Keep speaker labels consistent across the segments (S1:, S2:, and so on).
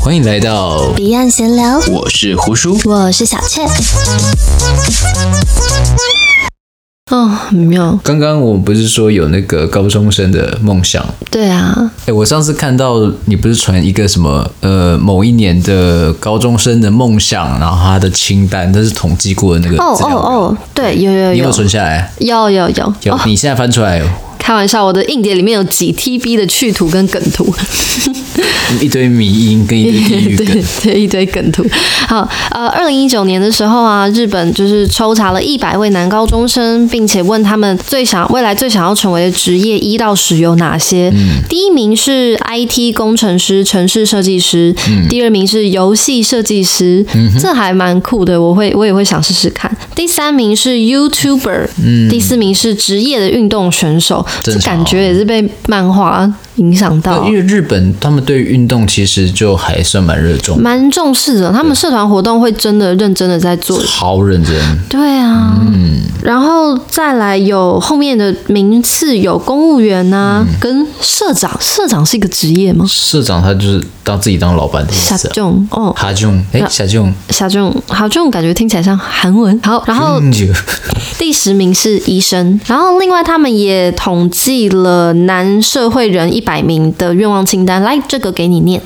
S1: 欢迎来到，
S2: 彼岸闲聊，
S1: 我是胡叔。
S2: 我是小雀。哦，很妙，
S1: 刚刚我们不是说有那个高中生的梦想？
S2: 对啊，
S1: 哎，我上次看到你不是传一个什么呃某一年的高中生的梦想，然后他的清单，那是统计过的那个
S2: 哦
S1: 资
S2: 哦
S1: 料表
S2: 哦，对，有有
S1: 你有没
S2: 有
S1: 有存下来？
S2: 有有有
S1: 有，
S2: 哦，
S1: 你现在翻出来，
S2: 开玩笑，我的硬碟里面有几 TB 的去图跟梗图，
S1: 一堆迷音跟一堆地狱梗
S2: 对。对，一堆梗图。好，呃，二零一九年的时候啊，日本就是抽查了一百位男高中生，并且问他们最想未来最想要成为的职业一到十有哪些。
S1: 嗯
S2: 第一名是 IT 工程师、城市设计师，
S1: 嗯
S2: 第二名是游戏设计师，这还蛮酷的，我会我也会想试试看。第三名是 YouTuber，、第
S1: 嗯
S2: 四名是职业的运动选手，这
S1: 正常
S2: 感觉也是被漫画影响到。
S1: 因为日本他们对运动其实就还算蛮热衷，
S2: 蛮重视的，他们社团活动会真的认真的在做。
S1: 超认真。
S2: 对啊，然后再来有后面的名次有公务员呐、
S1: 嗯
S2: 跟社长，社长是一个职业吗？
S1: 社长他就是当自己当老板的意
S2: 小
S1: 思啊。
S2: 仲哦，
S1: 哈仲，哎，
S2: 那
S1: 小仲，
S2: 小仲，好，这种感觉听起来像韩文。好，然后
S1: 嗯就
S2: 第十名是医生，然后另外他们也统计了男社会人一百名的愿望清单，来这个给你念。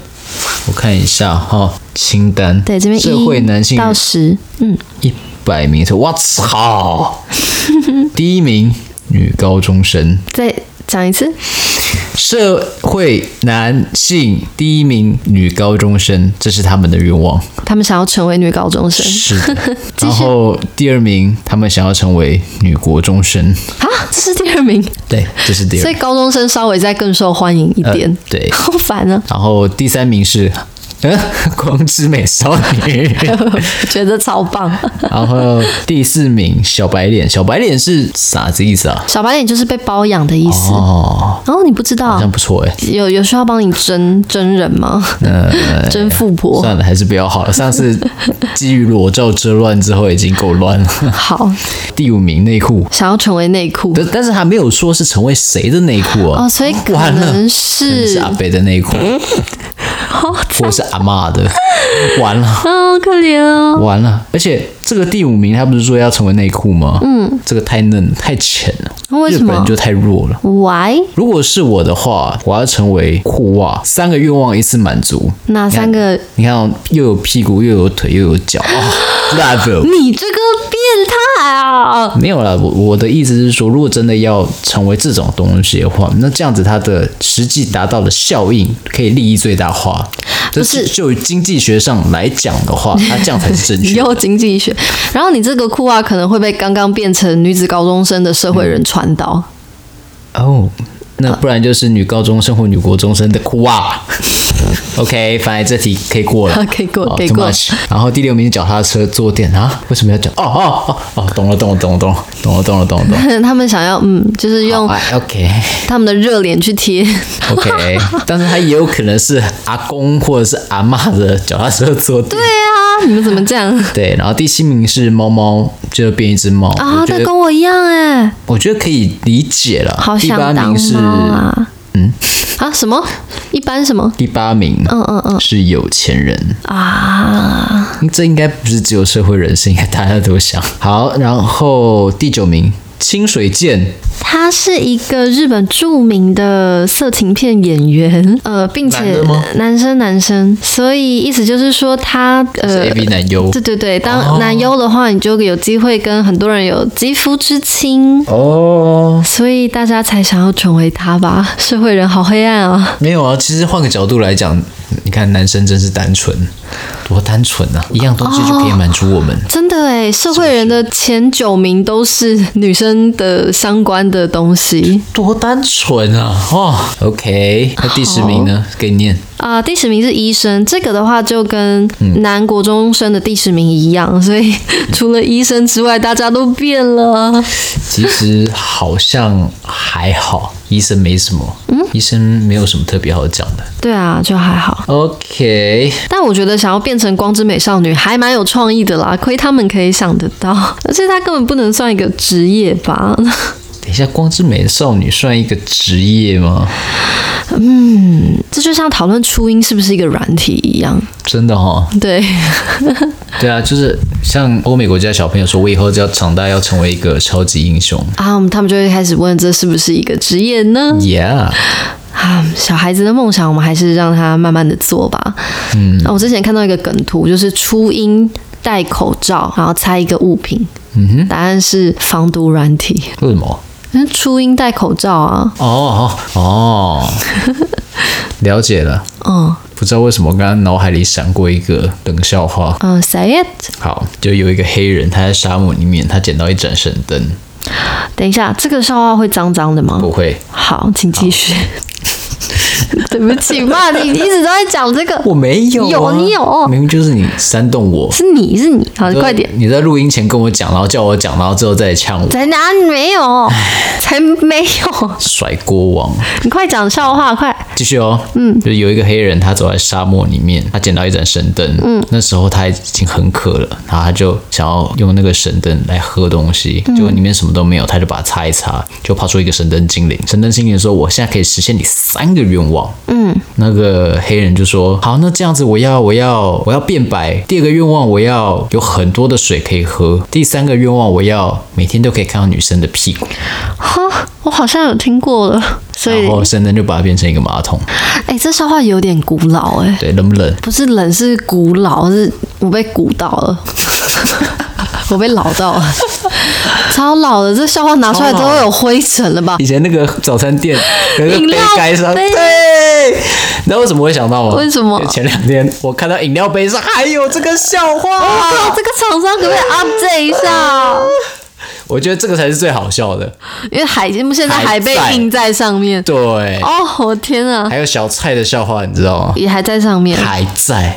S1: 我看一下哈、清单。
S2: 对，这边
S1: 社会男
S2: 一
S1: 性
S2: 到十，嗯，
S1: 一百名，我操！ 第一名女高中生，
S2: 再讲一次，
S1: 社会男性第一名女高中生，这是他们的愿望。
S2: 他们想要成为女高中生。
S1: 是的。
S2: 嗯 继续
S1: 然后第二名，他们想要成为女国中生。
S2: 啊，这是第二名，
S1: 对，这是第二
S2: 所以
S1: 名。
S2: 高中生稍微再更受欢迎一点。
S1: 呃对
S2: 好烦啊！
S1: 然后第三名是。嗯， 光之美少 女。
S2: 我觉得超棒。
S1: 然后第四名小白脸，小白脸是啥子意思啊？
S2: 小白脸就是被包养的意思。
S1: 哦，
S2: 哦，你不知
S1: 好
S2: 道
S1: 像，不错哎。
S2: 有有需要帮你争真人吗？ 争富婆。
S1: 呃算了，还是不要好了。上 次基于裸照之乱之后，已经够乱 了。
S2: 好，
S1: 第五名内裤，
S2: 想要成为内裤
S1: 但但是还没有说是成为谁的内裤啊
S2: 哦，？所以可
S1: 完了
S2: 能
S1: 可能
S2: 是
S1: 是阿北的 内裤，
S2: 好
S1: 或者是阿嬷的。完了，
S2: 啊，好可怜哦。
S1: 完了！而且这个第五名，他不是说要成为内裤吗？嗯，这个太嫩太浅了，
S2: 为
S1: 日
S2: 什
S1: 本人
S2: 么
S1: 就太弱了。
S2: ？Why？
S1: 如果是我的话，我要成为裤袜，三个愿望一次满足。
S2: 哪三个？
S1: 你看哦，又有屁股，又有腿，又有脚， 哦，level
S2: 你这个变态啊！
S1: 没有啦，我我的意思是说，如果真的要成为这种东西的话，那这样子它的实际达到的效应可以利益最大化。这
S2: 是
S1: 就经济学上来讲的 话，它这样才是正
S2: 你
S1: 确。
S2: 又经济学，然后你这个裤袜可能会被刚刚变成女子高中生的社会人传到。，
S1: 哦，那不然就是女高中生或女国中生的裤袜。OK，反正这题可以过了
S2: 可以过
S1: 哦
S2: 可以
S1: too
S2: 过
S1: much 然后第六名是脚踏车坐垫啊，为什么要脚？哦哦哦哦，懂了懂了懂了懂了懂了懂了懂了懂了。
S2: 他们想要，嗯，就是用
S1: 好哎 OK。
S2: 他们的热脸去贴。
S1: OK，但是他也有可能是阿公或者是阿嬷的脚踏车坐垫。
S2: 对啊，你们怎么这样
S1: 对，然后第七名是猫猫，就变一只猫。
S2: 啊？
S1: 我觉
S2: 那
S1: 得
S2: 跟我一样哎、
S1: 我觉得可以理解了。
S2: 好
S1: 第
S2: 想
S1: 八
S2: 当
S1: 名是
S2: 猫啊！嗯啊什么？一般什么
S1: 第八名，嗯嗯嗯，是有钱人。
S2: 啊？
S1: 这应该不是只有社会人士，应该大家都想。好，然后第九名清水健，
S2: 他是一个日本著名的色情片演员，呃，并
S1: 男
S2: 且
S1: 的吗
S2: 男生男生，所以意思就是说他
S1: 是
S2: 呃
S1: AV 男优。
S2: 对对对，当男优的话，你就有机会跟很多人有肌肤之亲，
S1: 哦，
S2: 所以大家才想要成为他吧。 社会人好黑暗啊！
S1: 没有啊，其实换个角度来讲，你看男生真是单纯，多单纯啊！一样东西就可
S2: 哦
S1: 以满足我们。
S2: 真的哎，社会人的前九名都是女生的相关的东西
S1: 多单纯啊！哦，OK，那第十名呢？给你念。
S2: 啊、第十名是医生，这个的话就跟男国中生的第十名一样，所以 除了医生之外，大家都变了。
S1: 其实好像还好，医生没什么，医生没有什么特别好讲的。
S2: 对啊，就还好。
S1: OK，
S2: 但我觉得想要变成光之美少女还蛮有 创意的啦，亏他们可以想得到，而且它根本不能算一个职业吧？
S1: 等一下，光之美少女算一个职业吗？
S2: 这就像讨论初音是不是一个软体一样。
S1: 真的哈、
S2: 对，
S1: 对啊，就是像欧美国家的小朋友说，我以后只要长大要成为一个超级英雄
S2: 啊，我们他们就会开始问这是不是一个职业呢？
S1: ，Yeah，
S2: 啊，小孩子的梦想，我们还是让他慢慢的做吧。嗯，那、我之前看到一个梗图，就是初音戴口罩，然后猜一个物品。嗯哼，答案是防毒软体。
S1: 为什么？
S2: 但是初音戴口罩啊，
S1: 哦哦哦，了解了。
S2: 嗯
S1: 不知道为什么，刚刚脑海里闪过一个冷笑话。
S2: 嗯，say it。
S1: 好，就有一个黑人，他在沙漠里面，他捡到一盏神灯，
S2: 等一下，这个笑话会脏脏的吗
S1: 不？会，
S2: 好，请继续。 对不起嘛，你一直都在讲这个，
S1: 我没有、啊，
S2: 有你有
S1: 明明就是你煽动我，
S2: 是你是你，好，
S1: 就是
S2: 快点。
S1: 你在录音前跟我讲，然后叫我讲，然后之后再呛我，
S2: 才哪里没有？才没有！
S1: 甩锅王。
S2: 你快讲笑话，快！
S1: 继续哦，嗯，就是有一个黑人，他走在沙漠里面，他捡到一盏神灯，嗯，那时候他已经很渴了，然后他就想要用那个神灯来喝东西，结果里面什么都没有，他就把它擦一擦，就跑出一个神灯精灵，神灯精灵说：“我现在可以实现你三个愿望。”嗯，那个黑人就说：“好，那这样子我要我要我要变白，第二个愿望我要有很多的水可以喝，第三个愿望我要每天都可以看到女生的屁股。”
S2: 哈，我好像有听过了，所以
S1: 然，后神灯就把它变成一个马桶，
S2: 哎、这笑话有点古老哎、
S1: 对，冷不冷？
S2: 不是冷，是古老，是我被鼓到了， 我被老到了，超老的，这笑话拿出来都会有灰尘了吧？
S1: 以前那个早餐 店有一个
S2: 饮
S1: 杯
S2: 料
S1: 盖上，
S2: 杯
S1: 对，你知道为什么会想到吗？
S2: 为什么
S1: 因前两天我看到饮料杯上还有这个笑话，
S2: 啊哇，这个厂商可不可以 update 一下？
S1: 我觉得这个才是最好笑的。
S2: 因为海现在还被
S1: 还在
S2: 印在上面。
S1: 对，
S2: 哦，我天啊，
S1: 还有小蔡的笑话，你知道吗？
S2: 也还在上面。
S1: 还在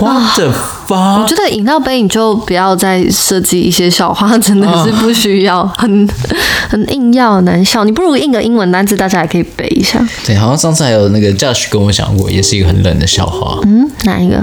S1: ，What the
S2: 我
S1: fuck？
S2: 觉得饮料杯你就不要再设计一些笑话，真的是不需要，很 很硬要很难笑。你不如印个英文单词，大家也可以背一下。
S1: 对，好像上次还有那个 Josh 跟我讲过，也是一个很冷的笑话。
S2: 嗯，哪一个？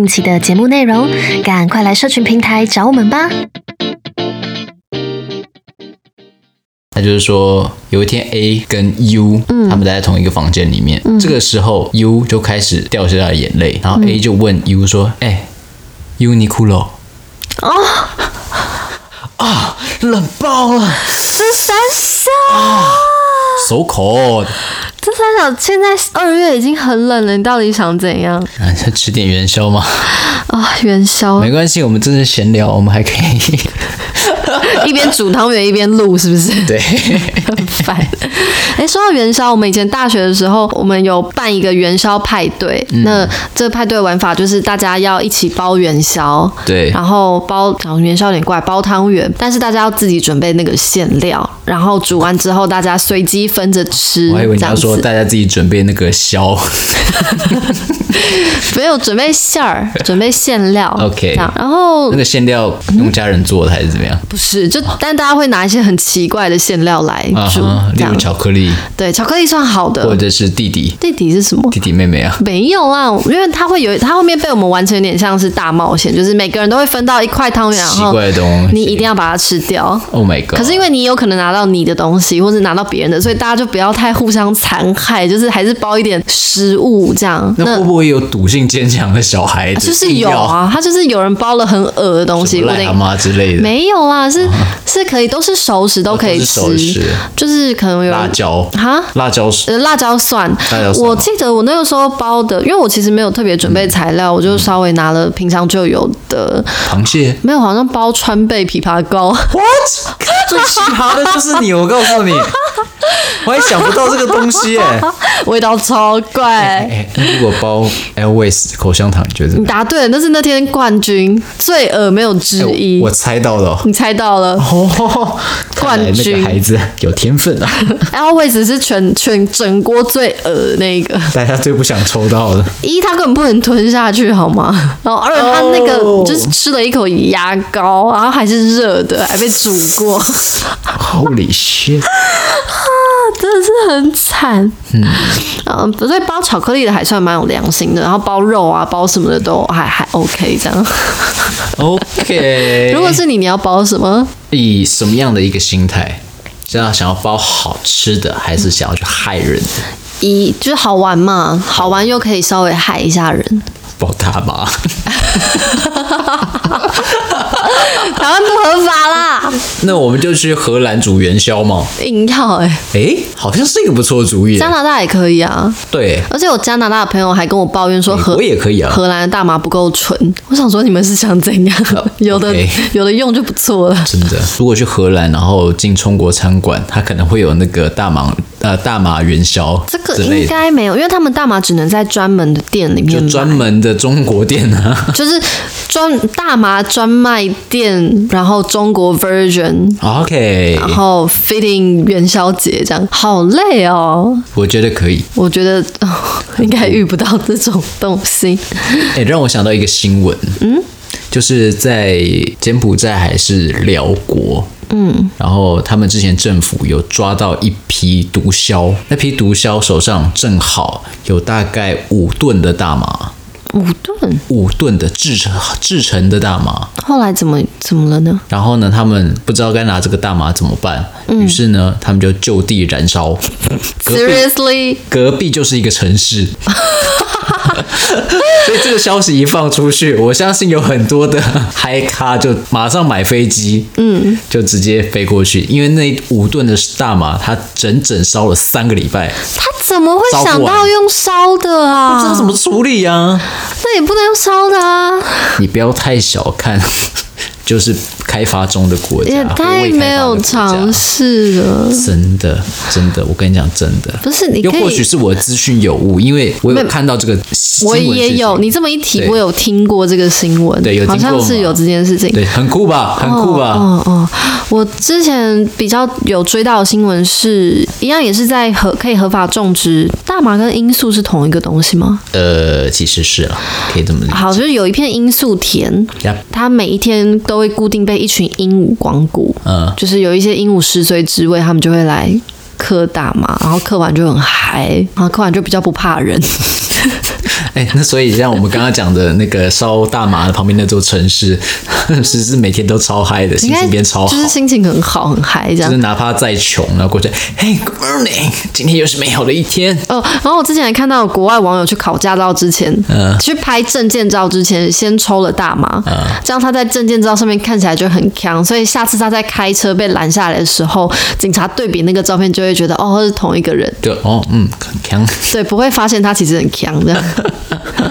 S3: 期的节目内容。赶快来社群平台找我们吧！
S1: 那就是说，有一天 A 跟 U，他
S2: 嗯
S1: 们待在同一个房间里面，这个时候 U 就开始掉下来眼泪，然后 A
S2: 嗯
S1: 就问 U 说：“哎、u 你哭了？”哦啊，冷爆了
S2: 这三小，
S1: ，so cold！
S2: 这三小，现在二月已经很冷了，你到底想怎样
S1: 啊，想吃点元宵吗？
S2: 啊、元宵
S1: 没关系，我们这是闲聊，我们还可以。
S2: 一边煮汤圆一边录，是不是？
S1: 对，
S2: 很烦。哎，说到元宵，我们以前大学的时候，我们有办一个元宵派对。
S1: 嗯
S2: 那这个派对玩法就是大家要一起包元宵，
S1: 对
S2: 然后包，然后元宵有点怪，包汤圆，但是大家要自己准备那个馅料，然后煮完之后大家随机分着吃，
S1: 我还以为你
S2: 这
S1: 要
S2: 样
S1: 说
S2: 子。
S1: 大家自己准备那个宵，
S2: 没有准备馅儿，准备馅料。
S1: OK
S2: 这样然后
S1: 那个馅料用家人做的还是怎么样？
S2: 不是就，但大家会拿一些很奇怪的馅料来
S1: 啊
S2: 煮，
S1: 哈，
S2: 嗯这
S1: 例
S2: 样
S1: 如巧克力，
S2: 对，巧克力算好
S1: 或
S2: 的。
S1: 者是弟弟、
S2: 弟弟是什么？
S1: 弟弟妹妹啊。
S2: 没有啦，因为它会有，它后面被我们完成有点像是大冒险，就是每个人都会分到一块汤圆，然
S1: 奇
S2: 后
S1: 怪的东西，
S2: 你一定要把它吃掉。
S1: Oh my god！
S2: 可是因为你有可能拿到你的东西，或者拿到别人的，所以大家就不要太互相残害，就是还是包一点食物这样。
S1: 那会不会有赌性坚强的小孩子？
S2: 就是有啊，他就是有人包了很恶的东
S1: 硬要，
S2: 西，
S1: 什么癞
S2: 我得
S1: 蛤蟆之类的，
S2: 没有啦，是是可以，都是熟食都可以
S1: 啊都是
S2: 吃
S1: 熟食，
S2: 就是可能有
S1: 辣
S2: 人
S1: 椒，
S2: 哈。
S1: 辣椒是
S2: 呃，辣椒蒜，
S1: 辣椒蒜嗯
S2: 我记得我那个时候包的，因为我其实没有特别准备材料，我就稍微拿了平常就有的，
S1: 螃蟹。
S2: 没有好像包川贝枇杷膏，
S1: What？最奇葩的就是你，我告诉你，我还想不到这个东西 哎、
S2: 味道超 怪。
S1: 哎、那如果包 Elvis 口香糖，你觉得怎
S2: 你
S1: 么样？
S2: 答对了，那是那天冠军，罪恶没有之
S1: 哎
S2: 一
S1: 我。我猜到了 哦。
S2: 你猜到了
S1: 哦，看来那
S2: 冠
S1: 个
S2: 军
S1: 孩子有天分啊，
S2: ，Elvis 是全全整锅最恶的那个。
S1: 大家最不想抽到 的。
S2: 一，他根本不能吞下去，好吗？ 然后二，他那
S1: 哦
S2: 个就是吃了一口牙膏，然后还是热的，还被煮过，
S1: Holy shit！
S2: 真的是很惨。嗯，所以包巧克力的还算蛮有良心的，然后包肉啊、包什么的都还还 OK 这样。
S1: OK，
S2: 如果是你，你要包什么？
S1: 以什么样的一个心态，是要想要包好吃的，还是想要去害人的？
S2: 一就是好玩嘛，好玩又可以稍微害一下 人。
S1: 包大麻？
S2: 台湾不合法啦，
S1: 那我们就去荷兰煮元宵嘛。
S2: 硬要哎、
S1: 诶，好像是一个不错的主意
S2: 加
S1: 耶。
S2: 拿大也可以啊。
S1: 对，
S2: 而且我加拿大的朋友还跟我抱怨说
S1: 美
S2: 荷
S1: 国也可以啊
S2: 荷兰的大麻不够纯。我想说你们是想怎样？ 有的
S1: OK
S2: 有的用就不错了。
S1: 真的。如果去荷兰，然后进中国餐馆，它可能会有那个大麻呃大麻元宵
S2: 这个
S1: 之类
S2: 应
S1: 的，
S2: 该没有，因为他们大麻只能在专门的店里面
S1: 就
S2: 买，
S1: 专门的中国店啊。
S2: 就是专大麻专卖店，然后中国 version，
S1: OK，
S2: 然后 fitting 元宵节这样，好累哦。
S1: 我觉得可以。
S2: 我觉得、 应该遇不到这种东西。
S1: 哎、让我想到一个新闻，嗯，就是在柬埔寨还是辽国，嗯，然后他们之前政府有抓到一批毒枭，那批毒枭手上正好有大概五吨的大麻，
S2: 五顿，
S1: 五吨的制成制成的大麻，
S2: 后来怎么怎么了呢？
S1: 然后呢，他们不知道该拿这个大麻怎么办，于是呢，他们就就地燃 烧，隔壁
S2: Seriously，
S1: 隔壁就是一个城市。 所以这个消息一放出去，我相信有很多的嗨咖就马上买飞机，嗯，就直接飞过去，因为那五吨的大麻，它整整烧了三个礼拜，
S2: 他怎么会想到用烧的
S1: 啊不知道
S2: 啊？
S1: 怎么处理啊！
S2: 那也不能用烧的啊，
S1: 你不要太小看， 就是开发中的国家，
S2: 也
S1: 或
S2: 太
S1: 未开发的
S2: 没有
S1: 国家
S2: 尝试了。
S1: 真的，真的，我跟你讲，真的，
S2: 不是你
S1: 又
S2: 可以
S1: 或许是我资讯有误，因为我
S2: 没
S1: 有
S2: 有
S1: 看到这个新
S2: 我
S1: 闻
S2: 也
S1: 事情
S2: 有，你这么一提
S1: 对，
S2: 我有听过这个新闻，
S1: 对有听
S2: 好
S1: 过
S2: 像是
S1: 嘛
S2: 有这件事情。
S1: 对，很酷吧，很酷吧，
S2: 哦哦，我之前比较有追到的新闻是，一样也是在合可以合法种植大麻跟罂粟是同一个东西吗？
S1: 呃，其实是了、可以这么理
S2: 好，就是有一片罂粟田，
S1: 解。呀
S2: 它每一天都会固定被一群鹦鹉光顾，
S1: 嗯，
S2: 就是有一些鹦鹉十岁之位，他们就会来嗑大麻，然后嗑完就很嗨，然后嗑完就比较不怕人。
S1: 哎、那所以像我们刚刚讲的那个烧大麻的旁边那座城市， 其实是每天都超嗨的，心情变超好
S2: 就。是心情很好，很嗨这
S1: 就
S2: 样
S1: 是。哪怕再穷，啊然后过去，嘿、g o o d morning，今天又是美好的一天。
S2: 哦，然后我之前还看到有国外网友去考驾照之前，
S1: 嗯
S2: 去拍证件照之前，先抽了大麻，这样他在证件照上面看起来就很强，所以下次他在开车被拦下来的时候，警察对比那个照片就会觉得哦，他是同一个人，
S1: 就哦，嗯，很强。
S2: 对，不会发现他其实很强 的，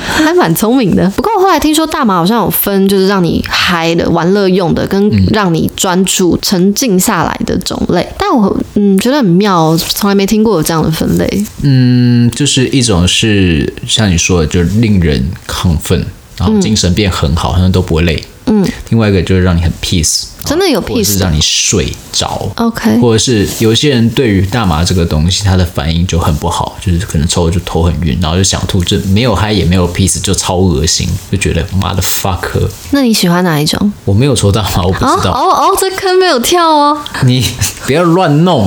S2: 还蛮聪明的。不过我后来听说大麻好像有分，就是让你嗨的、玩乐用的，跟
S1: 嗯
S2: 让你专注、沉静下来的种类。但我嗯觉得很妙哦，从来没听过有这样的分类。
S1: 嗯，就是一种是像你说的，就令人亢奋，然
S2: 嗯
S1: 后精神变很好，好像都不会累。嗯，另外一个就是让你很 peace，
S2: 真的有
S1: 或者
S2: peace
S1: 是
S2: 的
S1: 让你睡着。
S2: OK
S1: 或者是有些人对于大麻这个东西，他的反应就很不好，就是可能抽了就头很晕，然后就想吐，就没有嗨也没有 peace，就超恶心，就觉得妈的 fuck，
S2: 那你喜欢哪一种？
S1: 我没有抽大麻，我不
S2: 哦
S1: 知道，
S2: 哦哦，这坑没有跳哦。
S1: 你不要乱 弄，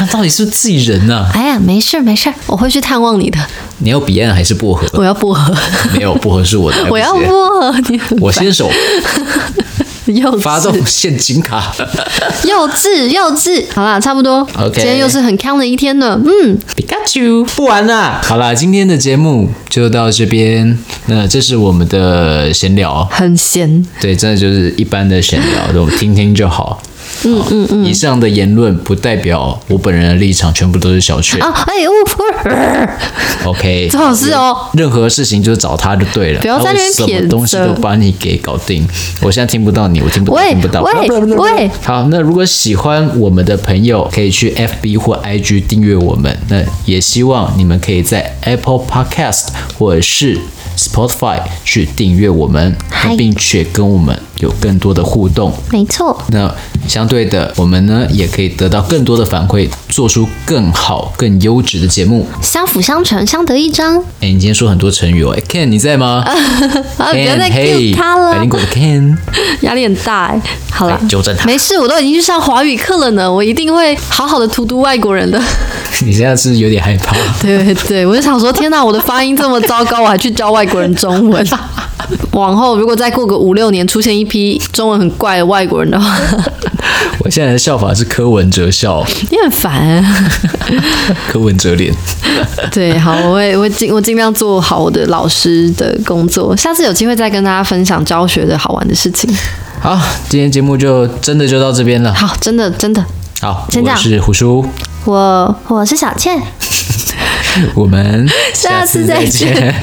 S1: 那到底是不是自己人啊？
S2: 哎呀，没事儿没事儿，我会去探望你的。
S1: 你要彼岸还是薄荷？
S2: 我要薄荷，
S1: 没有薄荷是我的，来呃不
S2: 我要
S1: 及了
S2: 薄荷，你很
S1: 我先手
S2: 幼稚
S1: 发动现金 卡，
S2: 幼稚幼稚。好啦，差不多。
S1: OK
S2: 今天又是很康的一天呢。嗯，
S1: 皮卡丘不玩啦。好啦，今天的节目就到这边。那这是我们的闲聊，
S2: 很闲。
S1: 对，真的就是一般的闲聊，就听听就好。嗯嗯嗯。以上的言论不代表我本人的立场，全部都是小雀。
S2: 啊，哎呦，我
S1: OK，
S2: 最好是哦。
S1: 任何事情就是找他就对了，
S2: 不要在那边
S1: 他会
S2: 撇
S1: 什么东西
S2: 责
S1: 都把你给搞定。我现在听不到你，我听不到，
S2: 喂
S1: 啊听不到。
S2: 喂喂，
S1: 好，那如果喜欢我们的朋友，可以去 FB 或 IG 订阅我们。那也希望你们可以在 Apple Podcast 或者是 Spotify 去订阅我们
S3: 嗨，
S1: 并且跟我们有更多的互动。
S3: 没错，
S1: 那相对的，我们呢也可以得到更多的反馈，做出更好、更优质的节目。
S3: 相辅相成，相得益彰。
S1: 哎，你今天说很多成语哦。哎，Ken 你在 吗
S3: 哎
S2: 啊，不要
S1: ？Ken，
S2: 再
S1: 嘿，哎
S2: cue 他
S1: 百灵
S2: 了，
S1: 果的 Ken，
S2: 压力很大哎。 好了
S1: 哎，纠正他
S2: 没事，我都已经去上华语课了呢，我一定会好好的荼毒外国人的。
S1: 你现在是不是有点害怕？
S2: 对对，我就想说，天哪，我的发音这么糟糕，我还去教外国人中 文。往后如果再过个五六年，出现一批中文很怪的外国人的话，
S1: 我现在的笑法是柯文哲笑，
S2: 你很烦。啊
S1: 柯文哲脸。
S2: 对，好，我会我会尽我尽量做好我的老师的工作，下次有机会再跟大家分享教学的好玩的事情。
S1: 好，今天节目就真的就到这边了。
S2: 好，真的真的，
S1: 好，
S3: 先这
S1: 我
S3: 样
S1: 是胡叔，
S3: 我我是小倩，
S1: 我们
S2: 下次再见。